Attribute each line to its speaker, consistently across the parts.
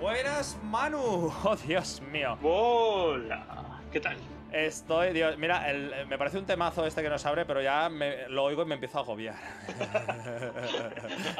Speaker 1: buenas, Manu. Oh, Dios mío.
Speaker 2: ¡Hola! ¿Qué tal?
Speaker 1: Estoy, Dios, mira, el- eh, me parece un temazo este que nos abre, pero ya me- lo oigo y me empiezo a agobiar.
Speaker 2: A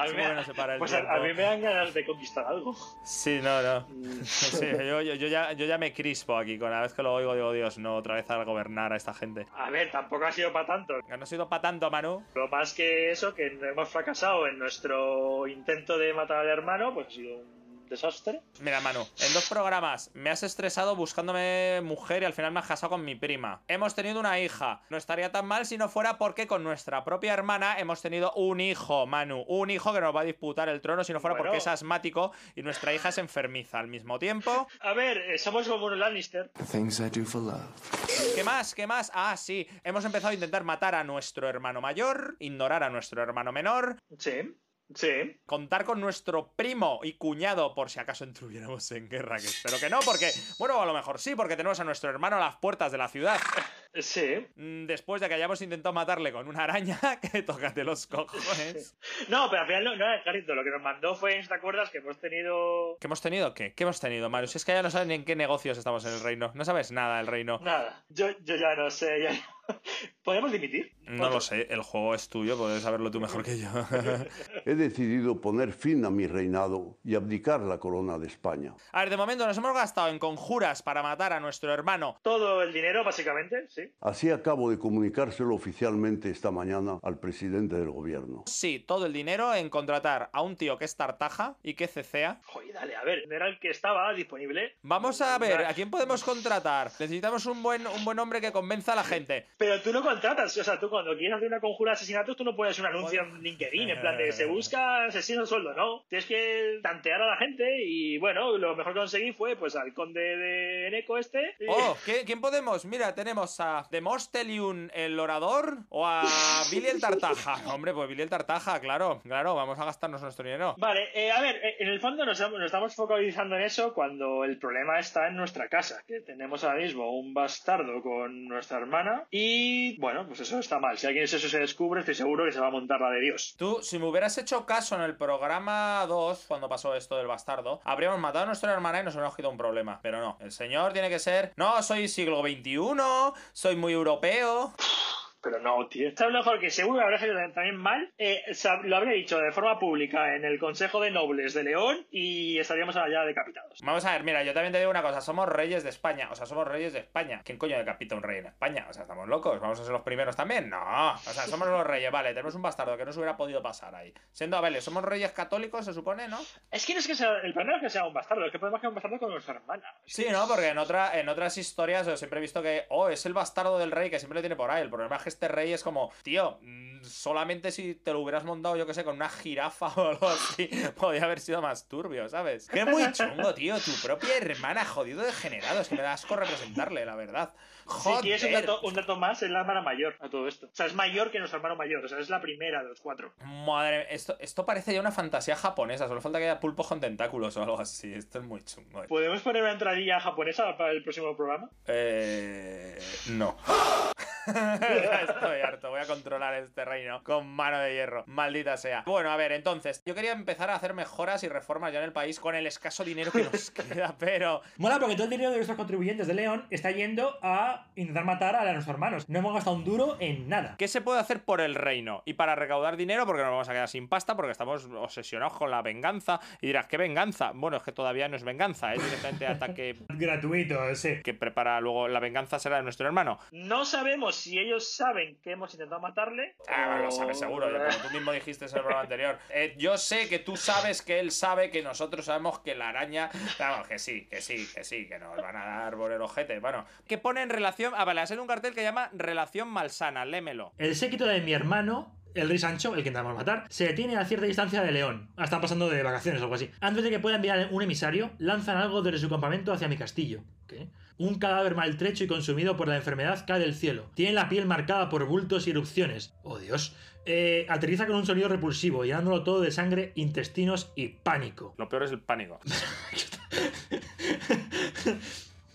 Speaker 2: mí,
Speaker 1: Es
Speaker 2: me,
Speaker 1: como que no se para el
Speaker 2: pues a- a
Speaker 1: tiempo. Mm.
Speaker 2: mí me dan ganas de conquistar algo.
Speaker 1: Sí, no, no. Sí, yo, yo- yo ya, yo ya me crispo aquí. Con la vez que lo oigo, digo, Dios, no, otra vez a gobernar a esta gente.
Speaker 2: A ver, tampoco ha sido para tanto.
Speaker 1: No ha sido para tanto, Manu.
Speaker 2: Lo más que eso, que hemos fracasado en nuestro intento de matar al hermano, pues ha sido un desastre.
Speaker 1: Mira, Manu, en dos programas me has estresado buscándome mujer y al final me has casado con mi prima. Hemos tenido una hija. No estaría tan mal si no fuera porque con nuestra propia hermana hemos tenido un hijo, Manu. Un hijo que nos va a disputar el trono si no fuera
Speaker 2: Bueno.
Speaker 1: porque es asmático y nuestra hija es enfermiza al mismo tiempo.
Speaker 2: A ver, eh, somos como un Lannister.
Speaker 3: The things I do for love.
Speaker 1: ¿Qué más? ¿Qué más? Ah, sí. Hemos empezado a intentar matar a nuestro hermano mayor, ignorar a nuestro hermano menor,
Speaker 2: Sí, sí.
Speaker 1: contar con nuestro primo y cuñado por si acaso entuviéramos en guerra, que espero que no, porque, bueno, a lo mejor sí, porque tenemos a nuestro hermano a las puertas de la ciudad.
Speaker 2: Sí.
Speaker 1: Mm, Después de que hayamos intentado matarle con una araña, que tócate los cojones.
Speaker 2: No, pero al final no, no era carrito. Lo que nos mandó fue, ¿te acuerdas? Que hemos tenido.
Speaker 1: ¿Qué hemos tenido? ¿Qué? ¿Qué hemos tenido, Mario? Si es que ya no saben en qué negocios estamos en el reino. No sabes nada del reino.
Speaker 2: Nada. Yo, yo ya no sé. Ya... ¿Podemos dimitir?
Speaker 1: No lo sé, el juego es tuyo, puedes saberlo tú mejor que yo.
Speaker 4: He decidido poner fin a mi reinado y abdicar la corona de España.
Speaker 1: A ver, de momento nos hemos gastado en conjuras para matar a nuestro hermano.
Speaker 2: Todo el dinero, básicamente, sí.
Speaker 4: Así acabo de comunicárselo oficialmente esta mañana al presidente del gobierno.
Speaker 1: Sí, todo el dinero en contratar a un tío que es tartaja y que cecea.
Speaker 2: Joder, dale, a ver. Era el que estaba disponible.
Speaker 1: Vamos a ver, ¿a quién podemos contratar? Necesitamos un buen, un buen hombre que convenza a la gente.
Speaker 2: Pero tú no contratas, o sea, tú cuando quieres hacer una conjura de asesinatos, tú no puedes un anuncio en LinkedIn, en plan de se busca asesino sueldo, no. Tienes que tantear a la gente y bueno, lo mejor que conseguí fue pues al conde de Eneco este. y-
Speaker 1: Oh, ¿qué- ¿quién podemos? Mira, tenemos a Demostelium el orador o a Billy el Tartaja. Hombre, pues Billy el Tartaja, claro, claro, vamos a gastarnos nuestro dinero.
Speaker 2: Vale, eh, a ver, eh, en el fondo nos, nos estamos focalizando en eso cuando el problema está en nuestra casa, que tenemos ahora mismo un bastardo con nuestra hermana y bueno, pues eso está mal. Si alguien eso se descubre, estoy seguro que se va a montar la de Dios.
Speaker 1: Tú, si me hubieras hecho caso en el programa 2, cuando pasó esto del bastardo, habríamos matado a nuestra hermana y nos hubiéramos quitado un problema. Pero no, el señor tiene que ser. No, soy siglo XXI, soy muy europeo.
Speaker 2: Pero no, tío. Está mejor que seguro habrá sido también mal. Eh, sab- lo habré dicho de forma pública en el Consejo de Nobles de León y estaríamos allá decapitados.
Speaker 1: Vamos a ver, mira, yo también te digo una cosa: somos reyes de España, o sea, somos reyes de España. ¿Quién coño decapita a un rey en España? O sea, estamos locos, vamos a ser los primeros también. No, o sea, somos los reyes, vale, tenemos un bastardo que no se hubiera podido pasar ahí. Siendo, a ver, somos reyes católicos, se supone, ¿no?
Speaker 2: Es que no es que sea, el problema es que sea un bastardo, es que el problema es que es un bastardo con nuestra hermana.
Speaker 1: Sí, ¿no? Porque en, otra, en otras historias yo siempre he visto que, oh, es el bastardo del rey que siempre lo tiene por ahí. El problema es que este rey es como, tío, mm, solamente si te lo hubieras montado, yo que sé, con una jirafa o algo así, podría haber sido más turbio, ¿sabes? Que muy chungo, tío. Tu propia hermana, jodido degenerado. Es que me da asco representarle, la verdad.
Speaker 2: Sí,
Speaker 1: Joder.
Speaker 2: y es un dato, un dato más, es la hermana mayor a todo esto. O sea, es mayor que nuestro hermano mayor, o sea, es la primera de los cuatro.
Speaker 1: Madre, esto, esto parece ya una fantasía japonesa. Solo falta que haya pulpos con tentáculos o algo así. Esto es muy chungo. eh.
Speaker 2: ¿Podemos poner una entradilla japonesa para el próximo programa?
Speaker 1: Eh, no. Ya Estoy harto, voy a controlar este reino con mano de hierro, maldita sea. Bueno, a ver, entonces, yo quería empezar a hacer mejoras y reformas ya en el país con el escaso dinero que nos queda, pero
Speaker 5: Mola porque todo el dinero de nuestros contribuyentes de León está yendo a intentar matar a nuestros hermanos. No hemos gastado un duro en nada.
Speaker 1: ¿qué se puede hacer por el reino? Y para recaudar dinero, porque nos vamos a quedar sin pasta, porque estamos obsesionados con la venganza. Y dirás, ¿qué venganza? Bueno, es que todavía no es venganza, es directamente ataque
Speaker 5: Gratuito, sí.
Speaker 1: que prepara luego la venganza será de nuestro hermano.
Speaker 2: No sabemos si ellos saben que hemos intentado matarle.
Speaker 1: Ah, bueno,
Speaker 2: o-
Speaker 1: lo sabes seguro, ya, como tú mismo dijiste en el programa anterior. Eh, yo sé que tú sabes que él sabe que nosotros sabemos que la araña. Vamos, que sí, que sí, que sí, que nos van a dar por el ojete. Bueno, que pone en relación. Ah, vale, ha salido un cartel que llama Relación Malsana, lémelo.
Speaker 5: El séquito de mi hermano, el rey Sancho, el que intentamos matar, se detiene a cierta distancia de León. Ah, Están pasando de vacaciones o algo así. Antes de que pueda enviar un emisario, lanzan algo desde su campamento hacia mi castillo. ¿Qué? Un cadáver maltrecho y consumido por la enfermedad cae del cielo. Tiene la piel marcada por bultos y erupciones. ¡Oh, Dios! Eh, aterriza con un sonido repulsivo, llenándolo todo de sangre, intestinos y pánico.
Speaker 1: Lo peor es el pánico.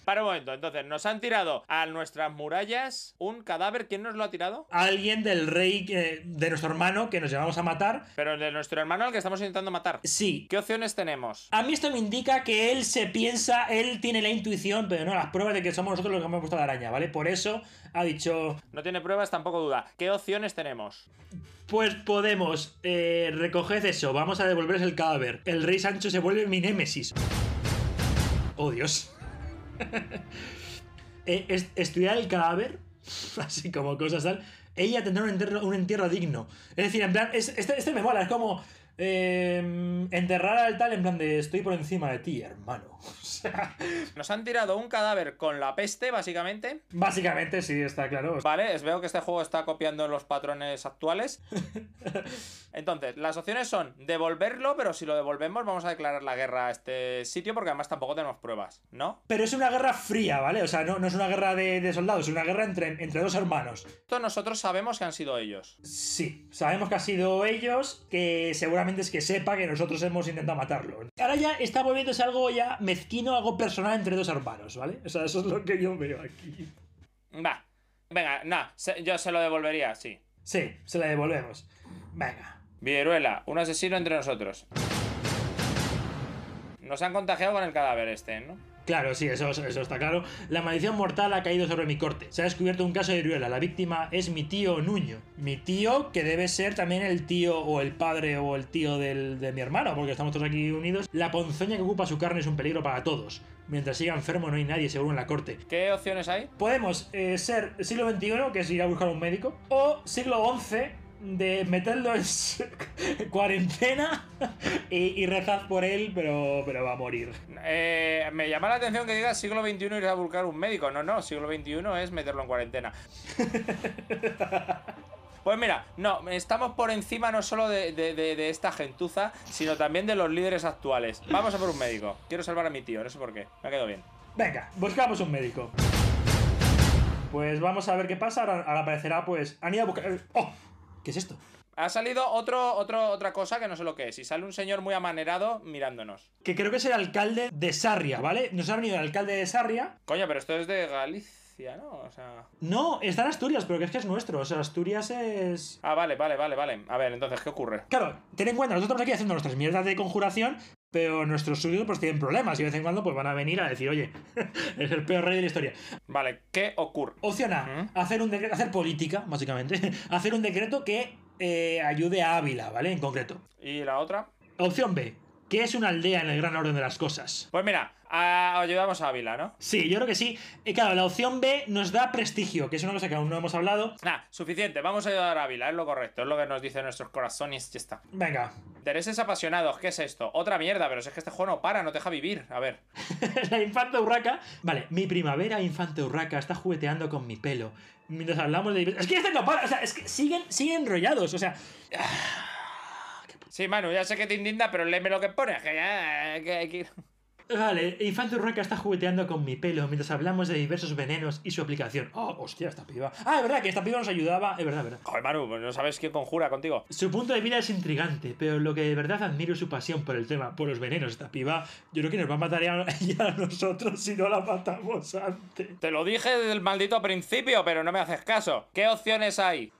Speaker 1: Para un momento, entonces, nos han tirado a nuestras murallas un cadáver. ¿Quién nos lo ha tirado?
Speaker 2: Alguien del rey,
Speaker 5: eh,
Speaker 2: que- de nuestro hermano, que nos llevamos a matar.
Speaker 1: Pero el de nuestro hermano al que estamos intentando matar.
Speaker 2: Sí.
Speaker 1: ¿Qué opciones tenemos?
Speaker 2: A mí esto me indica que él se piensa, él tiene la intuición, pero no las pruebas de que somos nosotros los que hemos puesto la araña, ¿vale? Por eso ha dicho,
Speaker 1: No tiene pruebas, tampoco duda. ¿Qué opciones tenemos?
Speaker 2: Pues podemos, eh, recoged eso, vamos a devolverles el cadáver. El rey Sancho se vuelve mi némesis. Oh, Dios. Eh, est- estudiar el cadáver, así como cosas tal. Ella tendrá un entierro, un entierro digno. Es decir, en plan, es- este, este me mola, es como eh, enterrar al tal en plan de estoy por encima de ti, hermano. O sea,
Speaker 1: Nos han tirado un cadáver con la peste, básicamente.
Speaker 2: básicamente sí, está claro.
Speaker 1: Vale, es- veo que este juego está copiando los patrones actuales. Entonces, las opciones son devolverlo, pero si lo devolvemos vamos a declarar la guerra a este sitio porque además tampoco tenemos pruebas, ¿no?
Speaker 2: Pero es una guerra fría, ¿vale? O sea, no, no es una guerra de, de soldados, es una guerra entre, entre dos hermanos.
Speaker 1: Esto nosotros sabemos que han sido ellos.
Speaker 2: Sí, sabemos que ha sido ellos, que seguramente es que sepa que nosotros hemos intentado matarlo. Ahora ya está volviéndose algo ya mezquino, algo personal entre dos hermanos, ¿vale? O sea, eso es lo que yo veo aquí.
Speaker 1: Va, venga, nada, yo se lo devolvería, sí.
Speaker 2: Sí, se la devolvemos. Venga.
Speaker 1: Vieruela, un asesino entre nosotros. Nos han contagiado con el cadáver este, ¿no?
Speaker 2: Claro, sí, eso, eso está claro. La maldición mortal ha caído sobre mi corte. Se ha descubierto un caso de viruela. La víctima es mi tío Nuño. Mi tío, que debe ser también el tío o el padre o el tío del- de mi hermano, porque estamos todos aquí unidos. La ponzoña que ocupa su carne es un peligro para todos. Mientras siga enfermo no hay nadie seguro en la corte.
Speaker 1: ¿Qué opciones hay?
Speaker 2: Podemos eh, ser siglo XXI, que es ir a buscar un médico, o siglo XI, de meterlo en s- cuarentena y, y rezar por él, pero, pero va a morir.
Speaker 1: Eh, me llama la atención que digas siglo XXI ir a buscar un médico. No, no, siglo XXI es meterlo en cuarentena. Pues mira, no, estamos por encima no solo de, de- de- de esta gentuza, sino también de los líderes actuales. Vamos a por un médico. Quiero salvar a mi tío, no sé por qué. Me ha quedado bien.
Speaker 2: Venga, buscamos un médico. Pues vamos a ver qué pasa. Ahora, ahora aparecerá, pues. Han ido a buscar. ¡Oh! ¿Qué es esto?
Speaker 1: Ha salido otro, otro, otra cosa que no sé lo que es. Y sale un señor muy amanerado mirándonos.
Speaker 2: Que creo que es el alcalde de Sarria, ¿vale? Nos ha venido el alcalde de Sarria.
Speaker 1: Coño, pero esto es de Galicia, ¿no? O sea.
Speaker 2: No, está en Asturias, pero que es que es nuestro. O sea, Asturias es.
Speaker 1: Ah, vale, vale, vale, vale. A ver, entonces, ¿qué ocurre?
Speaker 2: Claro, ten en cuenta, nosotros aquí haciendo nuestras mierdas de conjuración, pero nuestros súbditos pues tienen problemas y de vez en cuando pues van a venir a decir, oye, es el peor rey de la historia.
Speaker 1: Vale, ¿qué ocurre?
Speaker 2: Opción A, hacer, un decreto, hacer política, básicamente, hacer un decreto que eh, ayude a Ávila, ¿vale? En concreto.
Speaker 1: ¿Y la otra?
Speaker 2: Opción B, que es una aldea en el gran orden de las cosas.
Speaker 1: Pues mira, a- ayudamos a Ávila, ¿no?
Speaker 2: Sí, yo creo que sí. Eh, claro, la opción B nos da prestigio, que es una cosa que aún no hemos hablado.
Speaker 1: Nah, suficiente, vamos a ayudar a Ávila, es lo correcto, es lo que nos dicen nuestros corazones y ya está.
Speaker 2: Venga,
Speaker 1: Intereses apasionados, ¿qué es esto? Otra mierda, pero si es que este juego no para, no te deja vivir. A ver.
Speaker 2: la infanta urraca. Vale, mi primavera infanta urraca está jugueteando con mi pelo. Mientras hablamos de. Es que este no para, o sea, es que siguen, siguen enrollados, o sea.
Speaker 1: Sí, Manu, ya sé que te indigna, pero léeme lo que pones, que ya... Que hay que ir.
Speaker 2: Vale, infanta urraca está jugueteando con mi pelo mientras hablamos de diversos venenos y su aplicación. Oh, hostia, esta piba. Ah, es verdad que esta piba nos ayudaba, es verdad, es verdad.
Speaker 1: Joder, Manu, pues no sabes quién conjura contigo.
Speaker 2: Su punto de vida es intrigante, pero lo que de verdad admiro es su pasión por el tema, por los venenos. Esta piba, yo creo que nos va a matar ya ya a nosotros si no la matamos antes.
Speaker 1: Te lo dije desde el maldito principio, pero no me haces caso. ¿Qué opciones hay?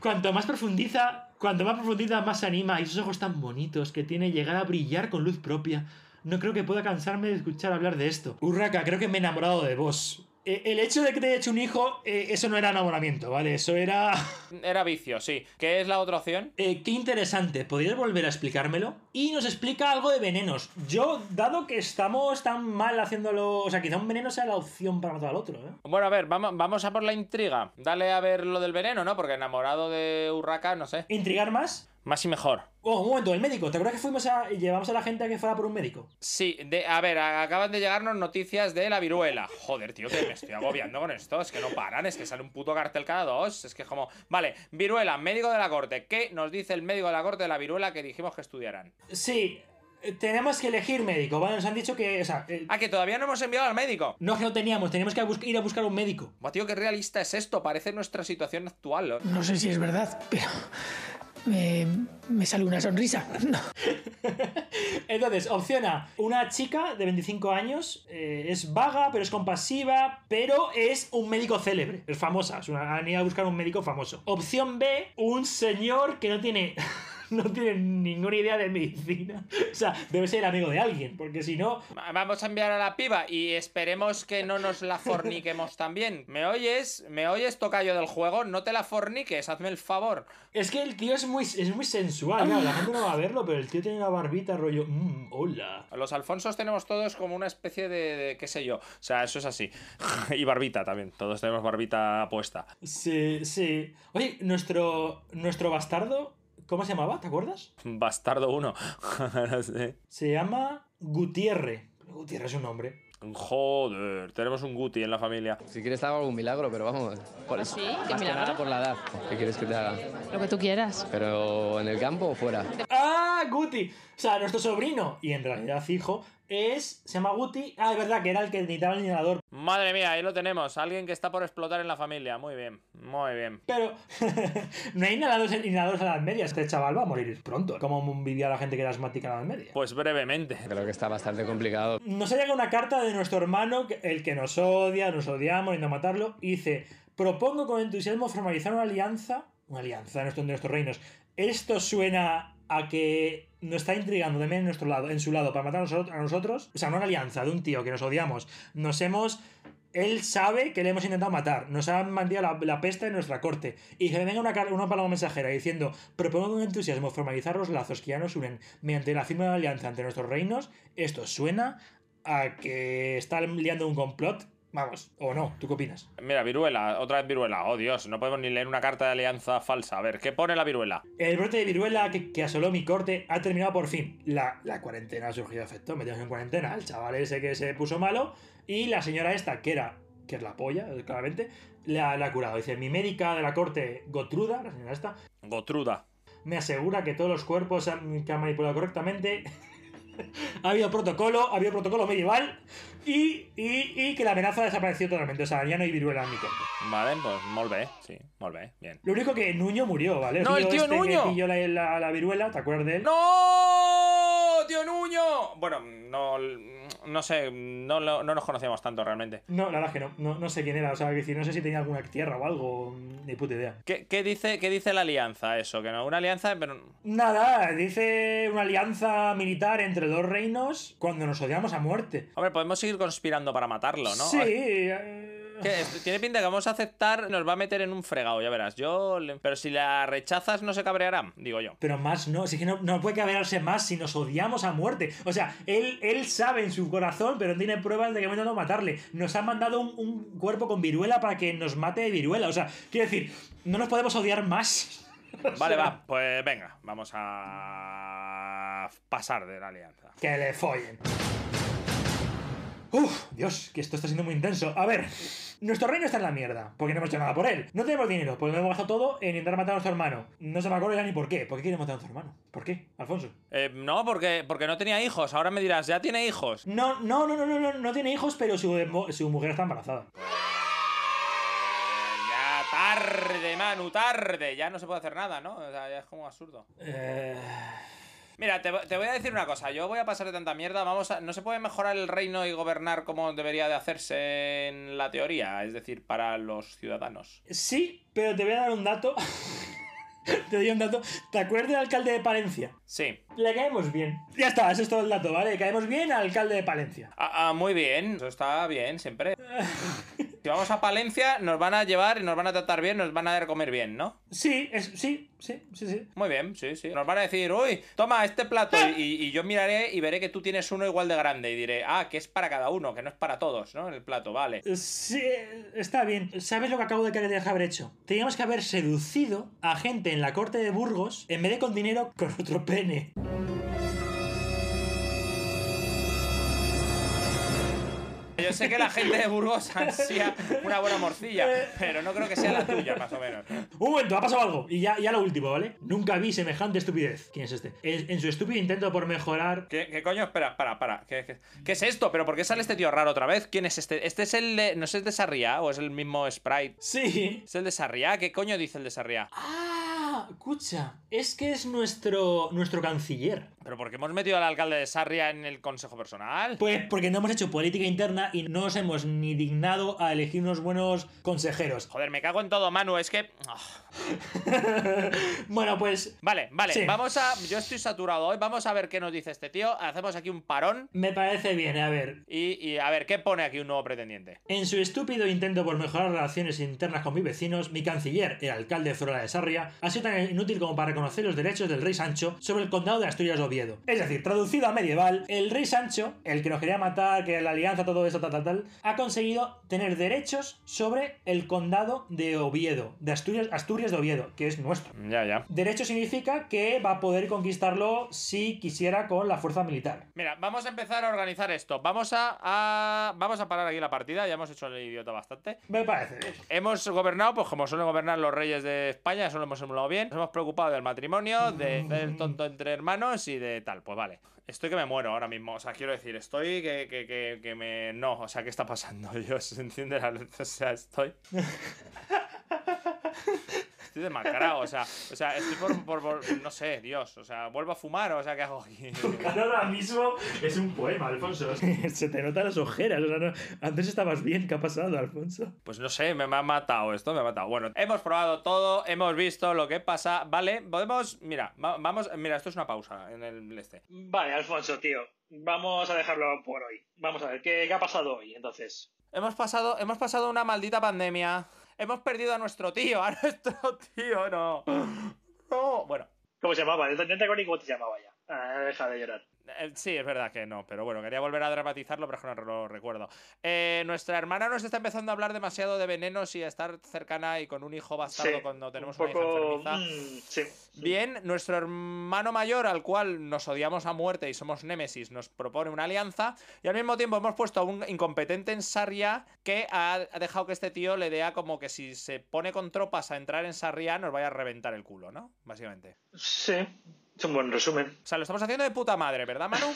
Speaker 2: Cuanto más profundiza, cuanto más profundiza, más se anima. Y sus ojos tan bonitos que tiene llegar a brillar con luz propia. No creo que pueda cansarme de escuchar hablar de esto. Urraca, creo que me he enamorado de vos. Eh, el hecho de que te haya hecho un hijo, eh, eso no era enamoramiento, ¿vale? Eso era...
Speaker 1: Era vicio, sí. ¿Qué es la otra opción?
Speaker 2: Eh, qué interesante, ¿podrías volver a explicármelo? Y nos explica algo de venenos. Yo, dado que estamos tan mal haciéndolo... O sea, quizá un veneno sea la opción para matar al otro, ¿eh?
Speaker 1: Bueno, a ver, vamos, vamos a por la intriga. Dale a ver lo del veneno, ¿no? Porque enamorado de Urraca, no sé.
Speaker 2: ¿Intrigar más?
Speaker 1: Más y mejor.
Speaker 2: Oh, un momento, el médico. ¿Te acuerdas que fuimos a... llevamos a la gente a que fuera por un médico?
Speaker 1: Sí, de, a ver, a- acaban de llegarnos noticias de la viruela. Joder, tío, que me estoy agobiando con esto. Es que no paran, es que sale un puto cartel cada dos. Es que es como. Vale, viruela, médico de la corte. ¿Qué nos dice el médico de la corte de la viruela que dijimos que estudiarán?
Speaker 2: Sí, eh, tenemos que elegir médico, ¿vale? Nos han dicho que, o sea, eh,
Speaker 1: Ah, que todavía no hemos enviado al médico.
Speaker 2: no que no teníamos, teníamos que bus- ir a buscar un médico.
Speaker 1: Buah, tío, qué realista es esto. Parece nuestra situación actual. ¿no?
Speaker 6: No sé si es verdad, pero me, me sale una sonrisa. No.
Speaker 2: Entonces, opción A, una chica de 25 años, eh, es vaga, pero es compasiva, pero es un médico célebre, es famosa, es una, han ido a buscar un médico famoso. Opción B, un señor que no tiene... No tiene ninguna idea de medicina. O sea, debe ser amigo de alguien, porque si no,
Speaker 1: Va- Vamos a enviar a la piba y esperemos que no nos la forniquemos también. ¿Me oyes? ¿Me oyes, tocayo del juego? No te la forniques, hazme el favor.
Speaker 2: Es que el tío es muy, es muy sensual, claro, la gente no va a verlo, pero el tío tiene una barbita rollo, "Mm, hola.
Speaker 1: Los Alfonsos tenemos todos como una especie de, de qué sé yo. O sea, eso es así. y barbita también. Todos tenemos barbita puesta.
Speaker 2: Sí, sí. Oye, nuestro, nuestro bastardo, ¿cómo se llamaba? ¿Te acuerdas?
Speaker 1: Bastardo uno. No sé.
Speaker 2: Se llama Gutiérrez. Gutiérrez es un nombre.
Speaker 1: Joder, tenemos un Guti en la familia.
Speaker 6: Si quieres te hago algún milagro, pero vamos. Por,
Speaker 7: ¿Ah, sí? ¿Qué
Speaker 6: más que
Speaker 7: milagro?
Speaker 6: nada por la edad. ¿Qué quieres que te haga?
Speaker 7: Lo que tú quieras.
Speaker 6: ¿Pero en el campo o fuera?
Speaker 2: ¡Ah, Guti! O sea, nuestro sobrino, y en realidad hijo, es, se llama Guti. Ah, es verdad que era el que necesitaba el inhalador.
Speaker 1: Madre mía, ahí lo tenemos. Alguien que está por explotar en la familia. Muy bien, muy bien.
Speaker 2: Pero no hay inhaladores, inhaladores a las medias. Este chaval va a morir pronto. ¿eh? Como vivía la gente que era asmática a las medias?
Speaker 1: Pues brevemente.
Speaker 6: Creo que está bastante complicado.
Speaker 2: Nos ha llegado una carta de nuestro hermano, que- el que nos odia, nos odiamos, y no matarlo, y dice, propongo con entusiasmo formalizar una alianza, una alianza de nuestro- de nuestros reinos. Esto suena a que nos está intrigando también en nuestro lado, en su lado, para matar a nosotros, a nosotros. O sea, no una alianza de un tío que nos odiamos. Nos hemos... Él sabe que le hemos intentado matar, nos han mandado la, la peste en nuestra corte, y que venga una, car- una palabra mensajera diciendo, propongo con entusiasmo formalizar los lazos que ya nos unen mediante la firma de una alianza entre nuestros reinos, esto suena a que están liando un complot, vamos, o no, ¿tú qué opinas?
Speaker 1: Mira, viruela, otra vez viruela. Oh Dios, no podemos ni leer una carta de alianza falsa. A ver, ¿qué pone la viruela?
Speaker 2: El brote de viruela que, que asoló mi corte ha terminado por fin. La, la cuarentena ha surgido efecto, metemos en cuarentena al chaval ese que se puso malo y la señora esta, que era, que es la polla, claramente, la, la ha curado. Dice, mi médica de la corte, Gotruda, la señora esta,
Speaker 1: Gotruda.
Speaker 2: me asegura que todos los cuerpos han- que han manipulado correctamente. ha habido protocolo, ha habido protocolo medieval y, y, y que la amenaza ha desaparecido totalmente. O sea, ya no hay viruela en mi corte.
Speaker 1: Vale, pues molt bé, sí, molt bé, bien.
Speaker 2: Lo único que Nuño murió, ¿vale?
Speaker 1: No, el tío
Speaker 2: este
Speaker 1: Nuño.
Speaker 2: Que pilló la, la- la viruela, ¿te acuerdas de él?
Speaker 1: ¡No! ¡Tío Nuño! Bueno, no, no sé, no, lo- no nos conocíamos tanto realmente.
Speaker 2: No, la verdad es que no, no, no sé quién era, o sea, que decir, no sé si tenía alguna tierra o algo, ni puta idea.
Speaker 1: ¿Qué, qué dice, ¿Qué dice la alianza eso? Que no, una alianza, pero...
Speaker 2: Nada, dice una alianza militar entre dos reinos cuando nos odiamos a muerte.
Speaker 1: Hombre, podemos seguir conspirando para matarlo, ¿no?
Speaker 2: Sí.
Speaker 1: Ay,
Speaker 2: eh,
Speaker 1: que es- tiene pinta que vamos a aceptar, nos va a meter en un fregado, ya verás. Yo, le- pero si la rechazas no se cabreará, digo yo.
Speaker 2: Pero más no, si es que no, no puede caberarse más si nos odiamos a muerte. O sea, él, él sabe en su corazón, pero no tiene pruebas de que vamos a matarle. Nos han mandado un, un cuerpo con viruela para que nos mate de viruela. O sea, quiero decir, no nos podemos odiar más.
Speaker 1: Vale, va, pues venga, vamos a pasar de la alianza.
Speaker 2: Que le follen. Uf, Dios, que esto está siendo muy intenso. A ver, nuestro reino está en la mierda, porque no hemos hecho nada por él. No tenemos dinero, porque lo hemos gastado todo en intentar matar a nuestro hermano. No se me acuerda ya ni por qué. ¿Por qué quiere matar a nuestro hermano? ¿Por qué, Alfonso?
Speaker 1: Eh, no, porque, porque no tenía hijos, ahora me dirás, ya tiene hijos.
Speaker 2: No, no, no, no, no, no, no tiene hijos, pero su, mo- su mujer está embarazada.
Speaker 1: Pues Ya tarde, Manu, tarde. Ya no se puede hacer nada, ¿no? O sea, ya es como absurdo.
Speaker 2: Eh,
Speaker 1: Mira, te, vo- te voy a decir una cosa. Yo voy a pasar de tanta mierda. Vamos a, no se puede mejorar el reino y gobernar como debería de hacerse en la teoría, es decir, para los ciudadanos.
Speaker 2: sí, pero te voy a dar un dato. te doy un dato. ¿Te acuerdas del alcalde de Palencia?
Speaker 1: Sí.
Speaker 2: Le caemos bien. Ya está, ese es todo el dato, ¿vale? Le caemos bien al alcalde de Palencia.
Speaker 1: Ah, ah, muy bien. Eso está bien, siempre. Si vamos a Palencia, nos van a llevar, nos van a tratar bien, nos van a dar comer bien, ¿no?
Speaker 2: Sí, es, sí, sí, sí, sí.
Speaker 1: Muy bien, sí, sí. Nos van a decir, uy, toma este plato. Y, y yo miraré y veré que tú tienes uno igual de grande. Y diré, ah, que es para cada uno, que no es para todos, ¿no? El plato, vale.
Speaker 2: Sí, está bien. ¿Sabes lo que acabo de querer dejar haber hecho? Teníamos que haber seducido a gente en la corte de Burgos en vez de con dinero, con otro pene.
Speaker 1: Yo sé que la gente de Burgos ansía una buena morcilla, pero no creo que sea la tuya, más o menos.
Speaker 2: Un momento, ha pasado algo. Y ya, ya lo último, ¿vale? Nunca vi semejante estupidez. ¿Quién es este? En, en su estúpido intento por mejorar.
Speaker 1: ¿Qué, qué coño? Espera, para, para. ¿Qué, qué, qué es esto? ¿Pero por qué sale este tío raro otra vez? ¿Quién es este? ¿Este es el de. ¿No sé, el de Sarriá o es el mismo Sprite?
Speaker 2: Sí.
Speaker 1: ¿Es el de Sarriá? ¿Qué coño dice el de Sarriá?
Speaker 2: Ah, escucha. Es que es nuestro, nuestro canciller.
Speaker 1: Pero ¿por qué hemos metido al alcalde de Sarria en el consejo personal?
Speaker 2: Pues porque no hemos hecho política interna y no nos hemos ni dignado a elegir unos buenos consejeros.
Speaker 1: Joder, me cago en todo, Manu, es que. ah.
Speaker 2: bueno, pues
Speaker 1: Vale, vale,
Speaker 2: Sí.
Speaker 1: vamos a. Yo estoy saturado hoy, vamos a ver qué nos dice este tío. Hacemos aquí un parón
Speaker 2: me parece bien. A ver,
Speaker 1: y, y a ver qué pone aquí un nuevo pretendiente.
Speaker 2: En su estúpido intento por mejorar relaciones internas con mis vecinos, mi canciller, el alcalde de Zorola de Sarria, ha sido tan inútil como para reconocer los derechos del rey Sancho sobre el condado de Asturias de Oviedo. Es decir, traducido a medieval, el rey Sancho, el que nos quería matar, que la alianza, todo eso, tal, tal, tal, ha conseguido tener derechos sobre el condado de Oviedo, de Asturias, Asturias de Oviedo, que es nuestro.
Speaker 1: Ya, ya.
Speaker 2: Derecho significa que va a poder conquistarlo si quisiera con la fuerza militar.
Speaker 1: Mira, vamos a empezar a organizar esto. Vamos a, a- Vamos a parar aquí la partida, ya hemos hecho el idiota bastante.
Speaker 2: Me parece bien.
Speaker 1: Hemos gobernado, pues como suelen gobernar los reyes de España, eso lo hemos simulado bien. Nos hemos preocupado del matrimonio, de- del tonto entre hermanos y de tal. Pues vale. Estoy que me muero ahora mismo. O sea, quiero decir, estoy que, que, que, que me. No, o sea, ¿qué está pasando? Yo se enciende la luz. O sea, estoy. Estoy desmascarado, o sea, o sea, estoy por, por- por- No sé, Dios. O sea, vuelvo a fumar, o sea, ¿qué hago aquí?
Speaker 2: ahora mismo es un poema, Alfonso. Se te notan las ojeras. O sea, no- Antes estabas bien. ¿Qué ha pasado, Alfonso?
Speaker 1: Pues no sé, me, me ha matado esto, me ha matado. Bueno, hemos probado todo, hemos visto lo que pasa, ¿vale? Podemos, mira, va- vamos, mira, esto es una pausa en el este.
Speaker 8: Vale, Alfonso, tío. Vamos a dejarlo por hoy. Vamos a ver, ¿qué, qué ha pasado hoy entonces?
Speaker 1: Hemos pasado, hemos pasado una maldita pandemia. Hemos perdido a nuestro tío, a nuestro tío, no. No, bueno,
Speaker 8: ¿Cómo se llamaba? El teniente Gori, ¿cómo te llamaba ya? Ah, deja de llorar.
Speaker 1: eh, sí, es verdad que no, pero bueno, quería volver a dramatizarlo, pero es que no lo recuerdo. Eh, nuestra hermana nos está empezando a hablar demasiado de venenos y a estar cercana y con un hijo bastardo
Speaker 8: Sí,
Speaker 1: cuando tenemos
Speaker 8: un
Speaker 1: una hija
Speaker 8: poco...
Speaker 1: enfermiza.
Speaker 8: mm, sí.
Speaker 1: Bien, nuestro hermano mayor, al cual nos odiamos a muerte y somos némesis, nos propone una alianza. Y al mismo tiempo hemos puesto a un incompetente en Sarria que ha ha dejado que este tío le dé a como que si se pone con tropas a entrar en Sarria nos vaya a reventar el culo, ¿no? Básicamente.
Speaker 8: Sí, es un buen resumen.
Speaker 1: O sea, lo estamos haciendo de puta madre, ¿verdad, Manu?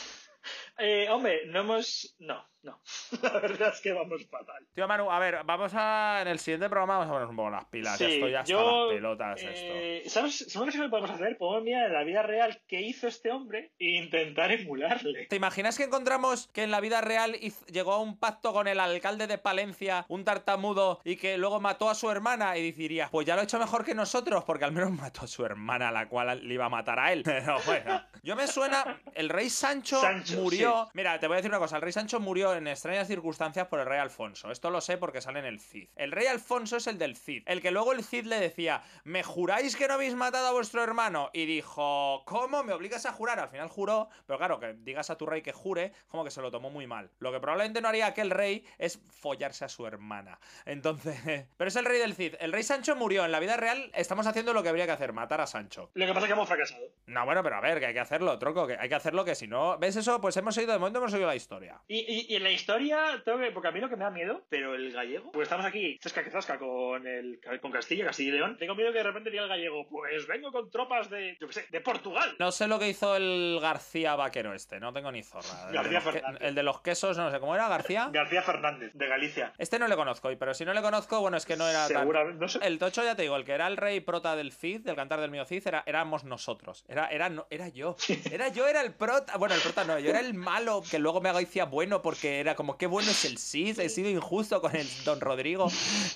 Speaker 8: Eh, hombre, no hemos... No, no. La verdad es que vamos fatal.
Speaker 1: Tío, Manu, a ver, vamos a. En el siguiente programa vamos a poner un poco las pilas.
Speaker 8: Sí,
Speaker 1: ya estoy hasta
Speaker 8: yo,
Speaker 1: las pelotas. Esto.
Speaker 8: eh, ¿Sabes sabes qué podemos hacer? Podemos mirar en la vida real qué hizo este hombre e intentar emularle.
Speaker 1: ¿Te imaginas que encontramos que en la vida real hiz- llegó a un pacto con el alcalde de Palencia, un tartamudo, y que luego mató a su hermana? Y diría, pues ya lo he hecho mejor que nosotros, porque al menos mató a su hermana, la cual le iba a matar a él. Pero bueno. Yo me suena, el rey Sancho,
Speaker 8: Sancho,
Speaker 1: murió. Mira, te voy a decir una cosa: el rey Sancho murió en extrañas circunstancias por el rey Alfonso. Esto lo sé porque sale en el Cid. El rey Alfonso es el del Cid, el que luego el Cid le decía, ¿me juráis que no habéis matado a vuestro hermano? Y dijo, ¿cómo? ¿Me obligas a jurar? Al final juró, pero claro, que digas a tu rey que jure, como que se lo tomó muy mal. Lo que probablemente no haría aquel rey es follarse a su hermana. Entonces, pero es el rey del Cid. El rey Sancho murió. En la vida real estamos haciendo lo que habría que hacer, matar a Sancho.
Speaker 8: Lo que pasa es que hemos fracasado.
Speaker 1: No, bueno, pero a ver, que hay que hacerlo, troco, que hay que hacerlo, que si no. ¿Ves eso? Pues hemos seguido, de momento hemos seguido la historia.
Speaker 8: Y, y, y en la historia, tengo que- porque a mí lo que me da miedo, pero el gallego, pues estamos aquí, zasca que zasca con, el, con Castilla, Castilla y León, tengo miedo que de repente diga el gallego, pues vengo con tropas de, yo qué sé, de Portugal.
Speaker 1: No sé lo que hizo el García Vaquero este, no tengo ni zorra. El de
Speaker 8: García
Speaker 1: los que-
Speaker 8: Fernández.
Speaker 1: el de los quesos, no sé cómo era, García.
Speaker 8: García Fernández, de Galicia.
Speaker 1: Este no le conozco, pero si no le conozco, bueno, es que no era tan...
Speaker 8: Seguramente, no sé.
Speaker 1: El tocho, ya te digo, el que era el rey prota del Cid, del cantar del mío Cid, era, éramos nosotros. Era, era, no- era yo. Era yo, era el prota. Bueno, el prota no, yo era el malo que luego me decía bueno porque era como, qué bueno es el Cid, he sido injusto con el don Rodrigo.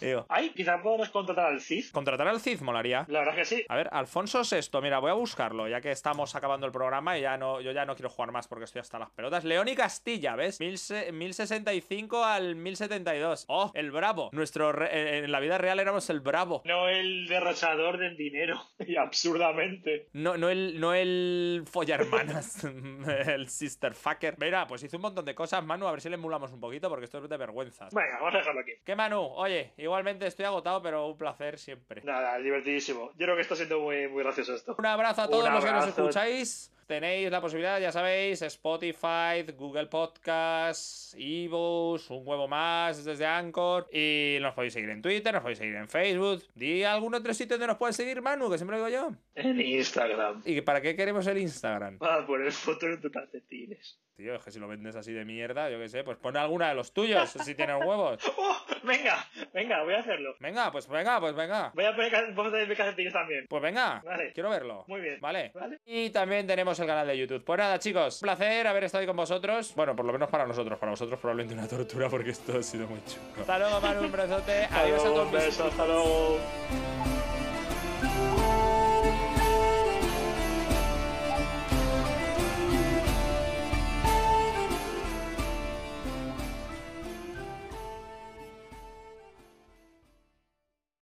Speaker 1: Y digo,
Speaker 8: Ay, quizás podemos contratar al CIS.
Speaker 1: contratar al Cid molaría.
Speaker 8: La verdad es que sí.
Speaker 1: A ver, Alfonso VI, mira, voy a buscarlo, ya que estamos acabando el programa y ya no, yo ya no quiero jugar más porque estoy hasta las pelotas. León y Castilla, ¿ves? Mil se- 1065 al 1072. Oh, el Bravo. Nuestro re- eh, en la vida real éramos el Bravo.
Speaker 8: No el derrochador del dinero. Y absurdamente.
Speaker 1: No, no el, no el follarmanas, el sister fucker. Mira, pues hizo un montón de cosas, Manu, a ver si le emulamos un poquito porque esto es de vergüenza.
Speaker 8: Venga, vamos a dejarlo aquí.
Speaker 1: ¿Qué, Manu? Oye, igualmente estoy agotado, pero un placer siempre.
Speaker 8: Nada, divertidísimo. Yo creo que está siendo muy, muy gracioso esto.
Speaker 1: Un abrazo a todos
Speaker 8: Un
Speaker 1: los que nos
Speaker 8: abrazo.
Speaker 1: escucháis. Tenéis la posibilidad, ya sabéis, Spotify, Google Podcasts, Ebooks, un huevo más desde Anchor. Y nos podéis seguir en Twitter, nos podéis seguir en Facebook. Di algún otro sitio donde nos puedes seguir, Manu, que siempre lo digo yo.
Speaker 8: En Instagram.
Speaker 1: ¿Y para qué queremos el Instagram?
Speaker 8: Vas a poner fotos de tus calcetines.
Speaker 1: tío, es que si lo vendes así de mierda, yo qué sé, pues pon alguna de los tuyos, si tienen huevos.
Speaker 2: ¡Oh! Venga, venga, voy a hacerlo.
Speaker 1: Venga, pues venga, pues venga.
Speaker 2: Voy a poner ca- voy a poner calcetines también.
Speaker 1: Pues venga,
Speaker 2: Vale.
Speaker 1: quiero verlo.
Speaker 2: Muy bien.
Speaker 1: Vale.
Speaker 2: Vale.
Speaker 1: Y también tenemos el canal de YouTube. Pues nada, chicos, un placer haber estado ahí con vosotros. Bueno, por lo menos para nosotros. Para vosotros probablemente una tortura porque esto ha sido muy chulo. Hasta luego, Manu, un brazote. Adiós a todos.
Speaker 2: Un beso, hasta luego.
Speaker 1: mis-